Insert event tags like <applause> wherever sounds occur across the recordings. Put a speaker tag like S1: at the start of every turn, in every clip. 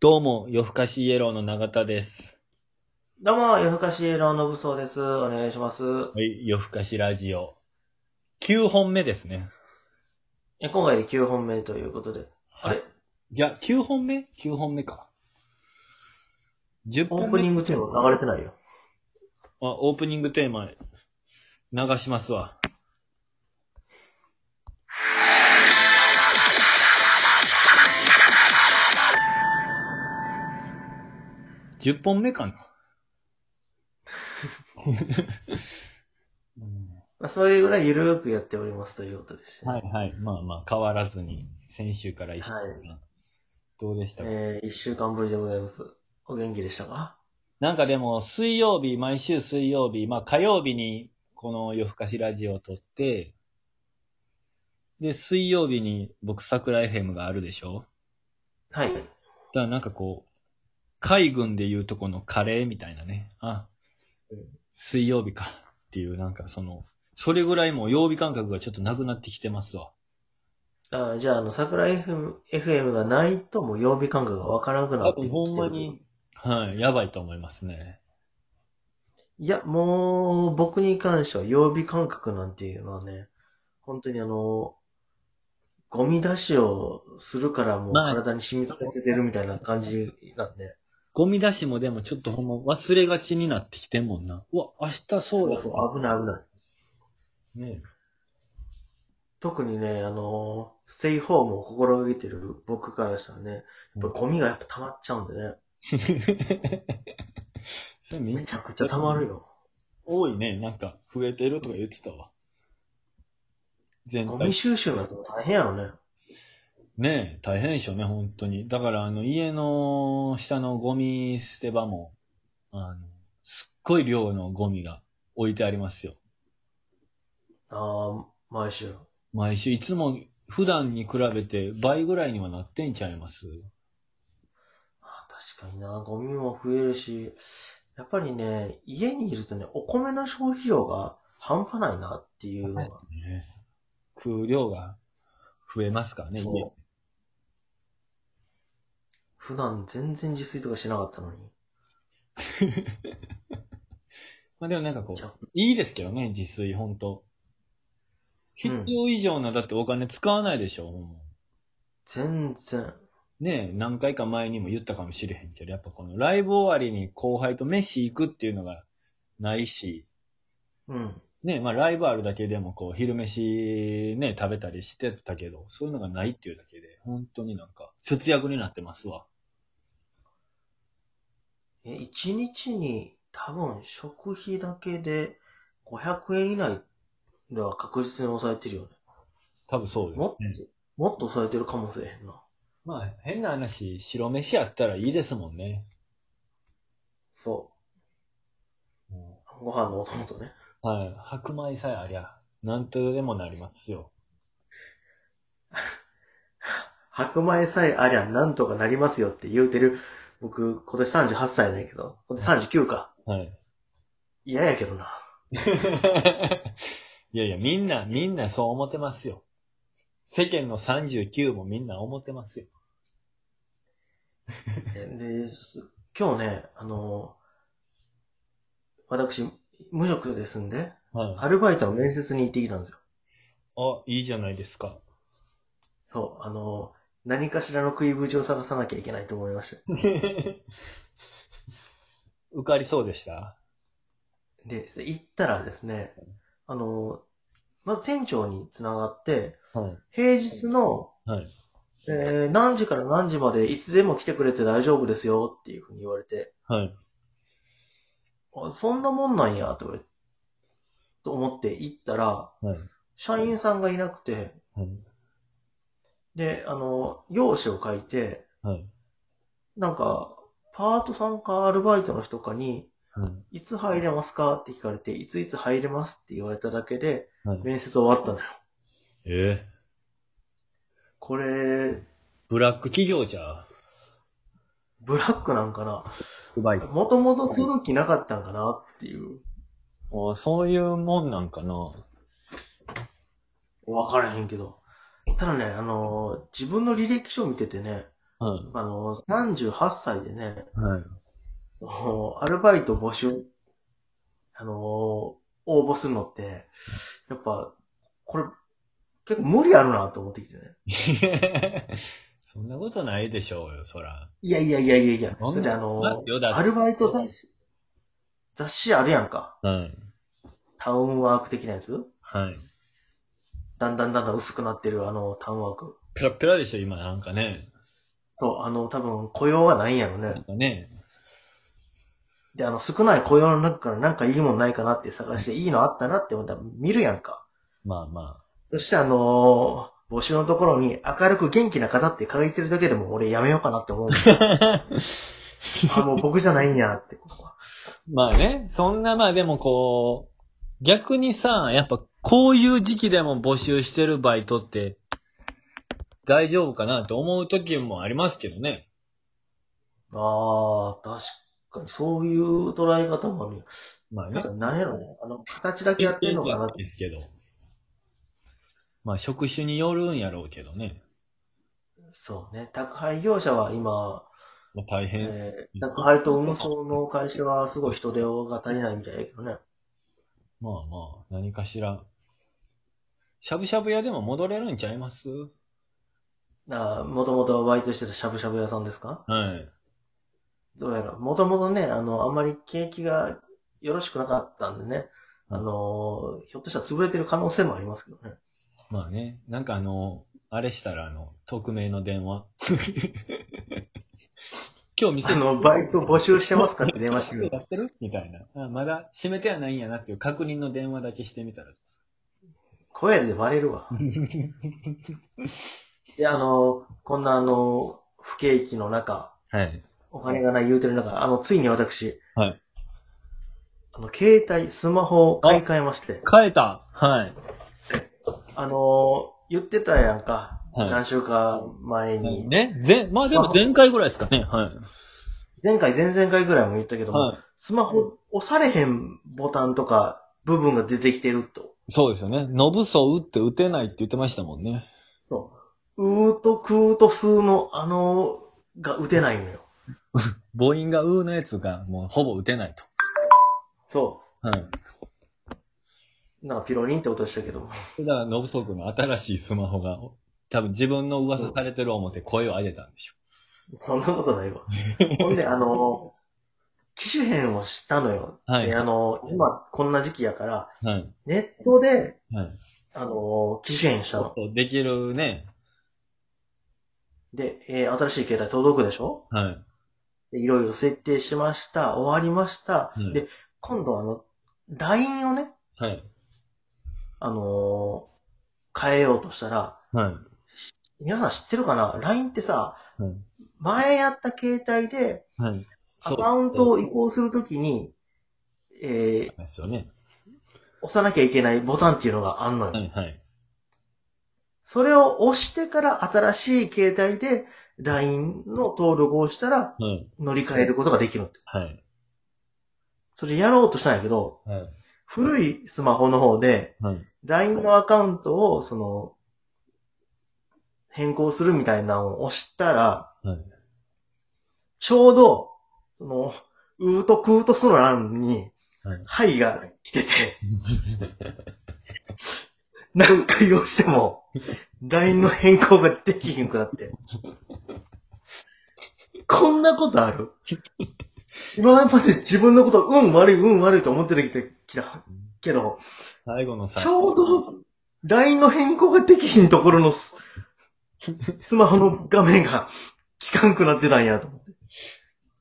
S1: どうも、夜更かしイエローの永田です。
S2: どうも、夜更かしイエローのぶそうです。お願いします。
S1: はい、夜更かしラジオ。9本目ですね。
S2: え今回で9本目ということで。あれ
S1: いや、9本目 ?9 本目か。10
S2: オ
S1: 本目
S2: ープニングテーマ流れてないよ。
S1: あ、オープニングテーマ、流しますわ。10本目かな。 <laughs> うん
S2: まあ、それぐらいゆるーくやっておりますということでした。
S1: はいはい。まあまあ、変わらずに、先週から一緒に、どうでしたか、
S2: えー、1週間ぶりでございます。お元気でしたか
S1: なんかでも、水曜日、毎週水曜日、まあ火曜日に、この夜更かしラジオを撮って、で、水曜日に僕、桜 FM があるでしょ
S2: はい。
S1: だからなんかこう、海軍でいうとこのカレーみたいなね。あ
S2: うん、
S1: 水曜日かっていう、なんかその、それぐらいもう曜日感覚がちょっとなくなってきてますわ。
S2: あじゃあ、あの、桜 FM, FM がないともう曜日感覚がわからなくな
S1: 多
S2: って
S1: 分
S2: きてる
S1: ほんまに。、はい、やばいと思いますね。
S2: いや、もう、僕に関しては曜日感覚なんていうのはね、本当にあの、ゴミ出しをするからもう
S1: まあ
S2: 体に染み付かせてるみたいな感じなんで。
S1: ゴミ出しもでもちょっとほんま忘れがちになってきてんもんな。うわ、明日そうだ
S2: そうそう、危ない危ない。
S1: ね
S2: 特にね、あのーステイホームを心がけてる僕からしたらね、やっぱゴミがやっぱ溜まっちゃうんでね、
S1: <laughs> え。それみん
S2: め
S1: な
S2: ちゃくちゃ溜まるよ。
S1: 多いね。なんか増えてるとか言ってたわ。全
S2: ゴミ
S1: 体。
S2: 収集なんて大変やろね。
S1: ねえ、大変でしょね、本当に。だからあの家の下のゴミ捨て場も、あの、すっごい量のゴミが置いてありますよ。
S2: ああ、毎週。
S1: 毎週いつも普段に比べて倍ぐらいにはなってんちゃいます
S2: あー確かにな、ゴミも増えるし、やっぱりね、家にいるとね、お米の消費量が半端ないなっていうのが。
S1: ね、食う量が増えますからね、
S2: そう
S1: 家
S2: 普段全然自炊とかしなかったのに。
S1: まあでもなんかこ
S2: いうや、
S1: いいですけどね、自炊、ほんと。
S2: う
S1: 必
S2: ん
S1: 要以上な、だってお金使わないでしょ、も
S2: 全然。
S1: うねえ、何回か前にも言ったかもしれへんけど、やっぱこのライブ終わりに後輩と飯行くっていうのがないし、
S2: うん。
S1: ねえ、まあライブあるだけでもこう、昼飯ね、食べたりしてたけど、そういうのがないっていうだけで、本当になんか、節約になってますわ。
S2: え、一日に多分食費だけで500円以内では確実に抑えてるよね。
S1: 多分そうです、ね。
S2: もっと、もっと抑えてるかもしれへんな。
S1: まあ、変な話、白飯やったらいいですもんね。
S2: そ
S1: も
S2: う。ご飯のお供とね。
S1: うはい。白米さえありゃ、なんとでもなりますよ。
S2: 白米さえありゃなんとかなりますよって言うてる。僕、今年38歳なんやけど。今年39か。
S1: はい。 <laughs>
S2: 嫌やけどな。
S1: いやいや、みんな、みんなそう思ってますよ。世間の39もみんな思ってますよ。
S2: えです今日ね、あの私、無職ですんで、
S1: はい。
S2: アルバイトの面接に行ってきたんですよ。
S1: あ、いいじゃないですか。 <laughs>
S2: そう、あの何かしらの食い口を探さなきゃいけないと思いました。
S1: 受かりそうでした
S2: で、行ったらですね、あの、まず店長につながって、
S1: は
S2: 平日の、
S1: い。はい。
S2: えー何時から何時までいつでも来てくれて大丈夫ですよっていうふうに言われて、
S1: はい。
S2: あそんなもんなんや、と言われと思って行ったら、
S1: はい。
S2: 社員さんがいなくて、
S1: はい。
S2: で、あの、用紙を書いて、
S1: はい。
S2: なんか、パートさんかアルバイトの人かに、
S1: はい。
S2: いつ入れますかって聞かれて、いついつ入れますって言われただけで、
S1: はい、
S2: 面接終わったのよ。
S1: えー
S2: これ、
S1: ブラック企業じゃ
S2: ブラックなんかな
S1: うまい
S2: もともと取る気なかったんかなっていう。
S1: あそういうもんなんかな。
S2: わからへんけど。ただね、あのー自分の履歴書見ててね、
S1: はい。
S2: あの、38歳でね、
S1: はい。
S2: あのアルバイト募集、あの、応募するのって、やっぱ、これ、結構無理あるなと思ってきてね。
S1: <laughs> そんなことないでしょうよ、そら。
S2: いやいやいやいやいや、だ
S1: そん
S2: っ
S1: な
S2: てあの、
S1: 待ってよだって
S2: アルバイト雑誌、雑誌あるやんか。
S1: はい。
S2: タウンワーク的なやつ
S1: はい。
S2: だんだんだんだん薄くなってるあの、タウンワーク。
S1: ペラペラでしょ、今、なんかね。
S2: そう、あの、多分雇用がないんやろ
S1: な
S2: ね
S1: ん。かね。
S2: で、あの、少ない雇用の中からなんかいいもんないかなって探して、いいのあったなって思ったら見るやんか。
S1: まあま
S2: そしてあのー募集のところに明るく元気な方って書いてるだけでも俺やめようかなって思う。
S1: あ。
S2: あ、もう僕じゃないんやって。
S1: <laughs> まあね。そんな、まあでもこう、逆にさ、やっぱこういう時期でも募集してるバイトって、大丈夫かなと思う時もありますけどね。
S2: ああ、確かにそういう捉え方もあるよ。
S1: まあ
S2: な
S1: ね
S2: んか。何やろね。あの、形だけやってるのかなって。
S1: ですけど。まあ職種によるんやろうけどね。
S2: そうね。宅配業者は今、
S1: まあ、大変。
S2: えー宅配と運送の会社はすごい人手が足りないみたいだけどね。
S1: まあまあ、何かしら。しゃぶしゃぶ屋でも戻れるんちゃいます
S2: あもともとバイトしてたしゃぶしゃぶ屋さんですか
S1: はい。
S2: どうやら、もともとね、あの、あんまり景気がよろしくなかったんでね、あの、ひょっとしたら潰れてる可能性もありますけど <laughs> ね。
S1: まあね、なんかあの、あれしたらあの、匿名の電話。 <laughs> 今日
S2: あ
S1: 店
S2: の、バイト募集してますかって電話してく
S1: や
S2: る。 <laughs>
S1: ってるみたいな。あまだ閉めてはないんやなっていう確認の電話だけしてみたらどうです
S2: 声でバレ <laughs> るわ。いや、あの、こんなあの、不景気の中、
S1: かはい。
S2: お金がない言うてる中、あの、ついに私、
S1: はい
S2: あの、携帯、スマホを買い替えまして、
S1: 変えたはい。
S2: あの、言ってたやんか、
S1: はい
S2: 何週間前に、
S1: ね、ぜ、まあでも前回ぐらいですかね。は
S2: 前回、前々回ぐらいも言ったけ
S1: い。
S2: ども、
S1: は
S2: スマホ押されへんボタンとか部分が出てきてると。
S1: い。そうですよね。ノブソ打って打てないって言ってましたもんね。
S2: うーとくーとすーのあのーが打てないのよ。
S1: 母音がうーのやつがもうほぼ打てないと。
S2: そ
S1: はい。
S2: う。なんかピロリンって音したけども。 <laughs>
S1: だから、ノブソ君の新しいスマホが、多分自分の噂されてる思って声を上げたんでしょ。
S2: そんなことないわ。 <laughs> ほんで、あのー機種変をしたのよ。
S1: はい
S2: であのー今こんな時期やから、
S1: はい。
S2: ネットで、
S1: はい。
S2: あのー機種変したの。
S1: そうできるね。
S2: で、えー新しい携帯届くでしょ
S1: はい。
S2: でいろいろ設定しました。終わりました。
S1: うん
S2: で、今度あの、LINE をね、
S1: はい。
S2: あのー変えようとしたら、
S1: はい。
S2: 皆さん知ってるかな ?LINE ってさ、
S1: はい
S2: 前やった携帯で
S1: はい。
S2: アカウントを移行するときに、えー、
S1: ですよね。
S2: 押さなきゃいけないボタンっていうのがあんのよ。
S1: はい。はい。
S2: それを押してから新しい携帯で LINE の登録をしたら
S1: はい。
S2: 乗り換えることができるって。
S1: はい。
S2: それやろうとしたんやけど、
S1: はい。
S2: 古いスマホの方で
S1: はい。
S2: LINE のアカウントをその、変更するみたいなのを押したら、
S1: はい。
S2: ちょうど、その、うーとくーとすの欄に、
S1: はい
S2: はいが
S1: <laughs>
S2: 来てて、何回押しても、LINE の変更ができひんくなって。こんなことある今まで自分のこと、運悪い、運悪いと思ってきてきたけど、
S1: 最後のさ
S2: ち、ょうど、LINE の変更ができひんところ
S1: <laughs>
S2: のス、スマホの画面が、効かんくなってたんやと思って。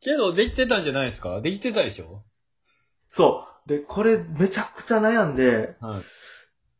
S1: けどできてたんじゃないですかできてたでしょ
S2: そう。で、これめちゃくちゃ悩んで、
S1: はい。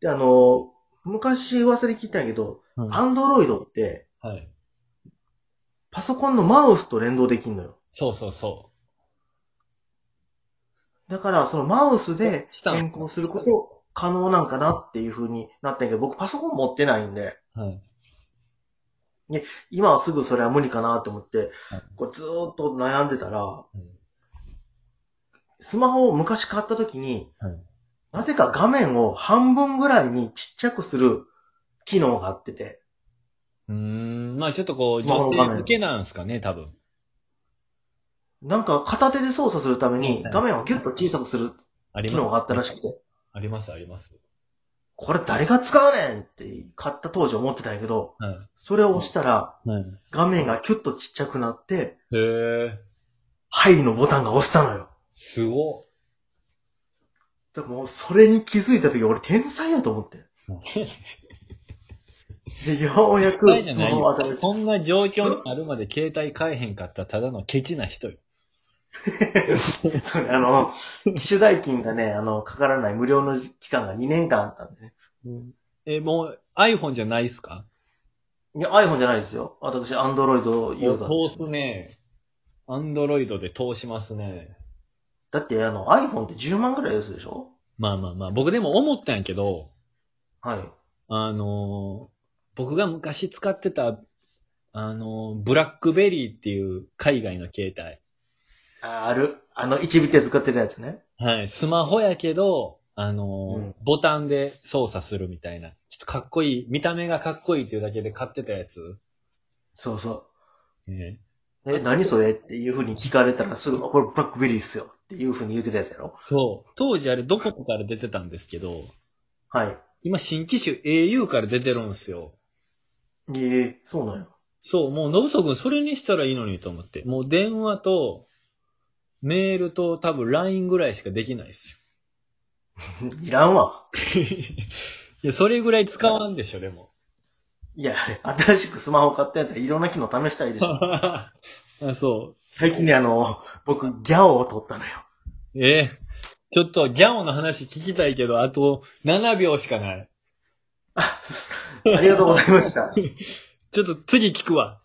S2: であの、昔噂で聞いたんやけど、
S1: は
S2: アンドロイドって、
S1: い。
S2: パソコンのマウスと連動できるのよ。
S1: そうそうそ
S2: だから、そのマウスで
S1: した
S2: 変更すること可能なんかなっていう風になったんやけど、僕パソコン持ってないんで、
S1: う。はい。
S2: 今はすぐそれは無理かなと思って
S1: はい、
S2: これずーっと悩んでたら
S1: うん、
S2: スマホを昔買った時に
S1: はい、
S2: なぜか画面を半分ぐらいにちっちゃくする機能があってて、
S1: うーん、まあちょっとこう、
S2: まあ
S1: 女
S2: わか
S1: 性
S2: んない
S1: 向けなんですかね、多分。
S2: なんか片手で操作するために
S1: はい
S2: 画面をギュッと小さくする
S1: あり
S2: 機
S1: ます。
S2: 能があったらしくて、
S1: あります、あります。
S2: これ誰が使うねんって買った当時思ってたんやけど、
S1: は
S2: それを押したら
S1: い。はい。
S2: 画面がキュッとちっちゃくなって、
S1: へえ、
S2: はいのボタンが押したのよ。
S1: すごっ。
S2: でもそれに気づいた時俺天才やと思って。で、ようやく、
S1: 大じゃない
S2: その
S1: よ。
S2: 新しい
S1: そんな状況になるまで携帯買えへんかったただのケチな人よ。
S2: そうね <laughs> あの、機種代金がね、あの、かからない無料の期間が2年間あったんでね。
S1: え、もう iPhone じゃないっすか
S2: いや、iPhone じゃないですよ。私、Android ユーザーで
S1: 通
S2: す。
S1: すね。アンドロイドで通しますね。
S2: だって、あの、iPhone って10万ぐらいですでしょ
S1: まあまあまあ、僕でも思ったんやけど、
S2: はい。
S1: あのー僕が昔使ってた、あのーブラックベリーっていう海外の携帯。
S2: あある。あの、1ビッで作ってるやつね。
S1: はい、スマホやけど、あのー
S2: うん
S1: ボタンで操作するみたいな。ちょっとかっこいい、見た目がかっこいいっていうだけで買ってたやつ。
S2: そうそ
S1: ね
S2: う。え、何それっていう風に聞かれたらすぐ、あこれブラックベリーっすよ。っていう風に言ってたやつやろ
S1: そう。当時あれどことから出てたんですけど、
S2: はい。
S1: 今新機種 au から出てるんですよ。
S2: ええそうなんよ。
S1: そう、もう、のぶそくん、それにしたらいいのにと思って。もう、電話と、メールと、多分、LINE ぐらいしかできないですよ。
S2: <laughs> いらんわ。
S1: いや、それぐらい使わんでしょ、でも。 <laughs>
S2: いや、新しくスマホ買ったやつはいろんな機能試したいでしょ。
S1: あそ
S2: 最近ね、あの、僕、ギャオを取ったのよ。
S1: う。ええちょっと、ギャオの話聞きたいけど、あと、7秒しかない。
S2: あありがとうございました。
S1: ちょっと、次聞くわ。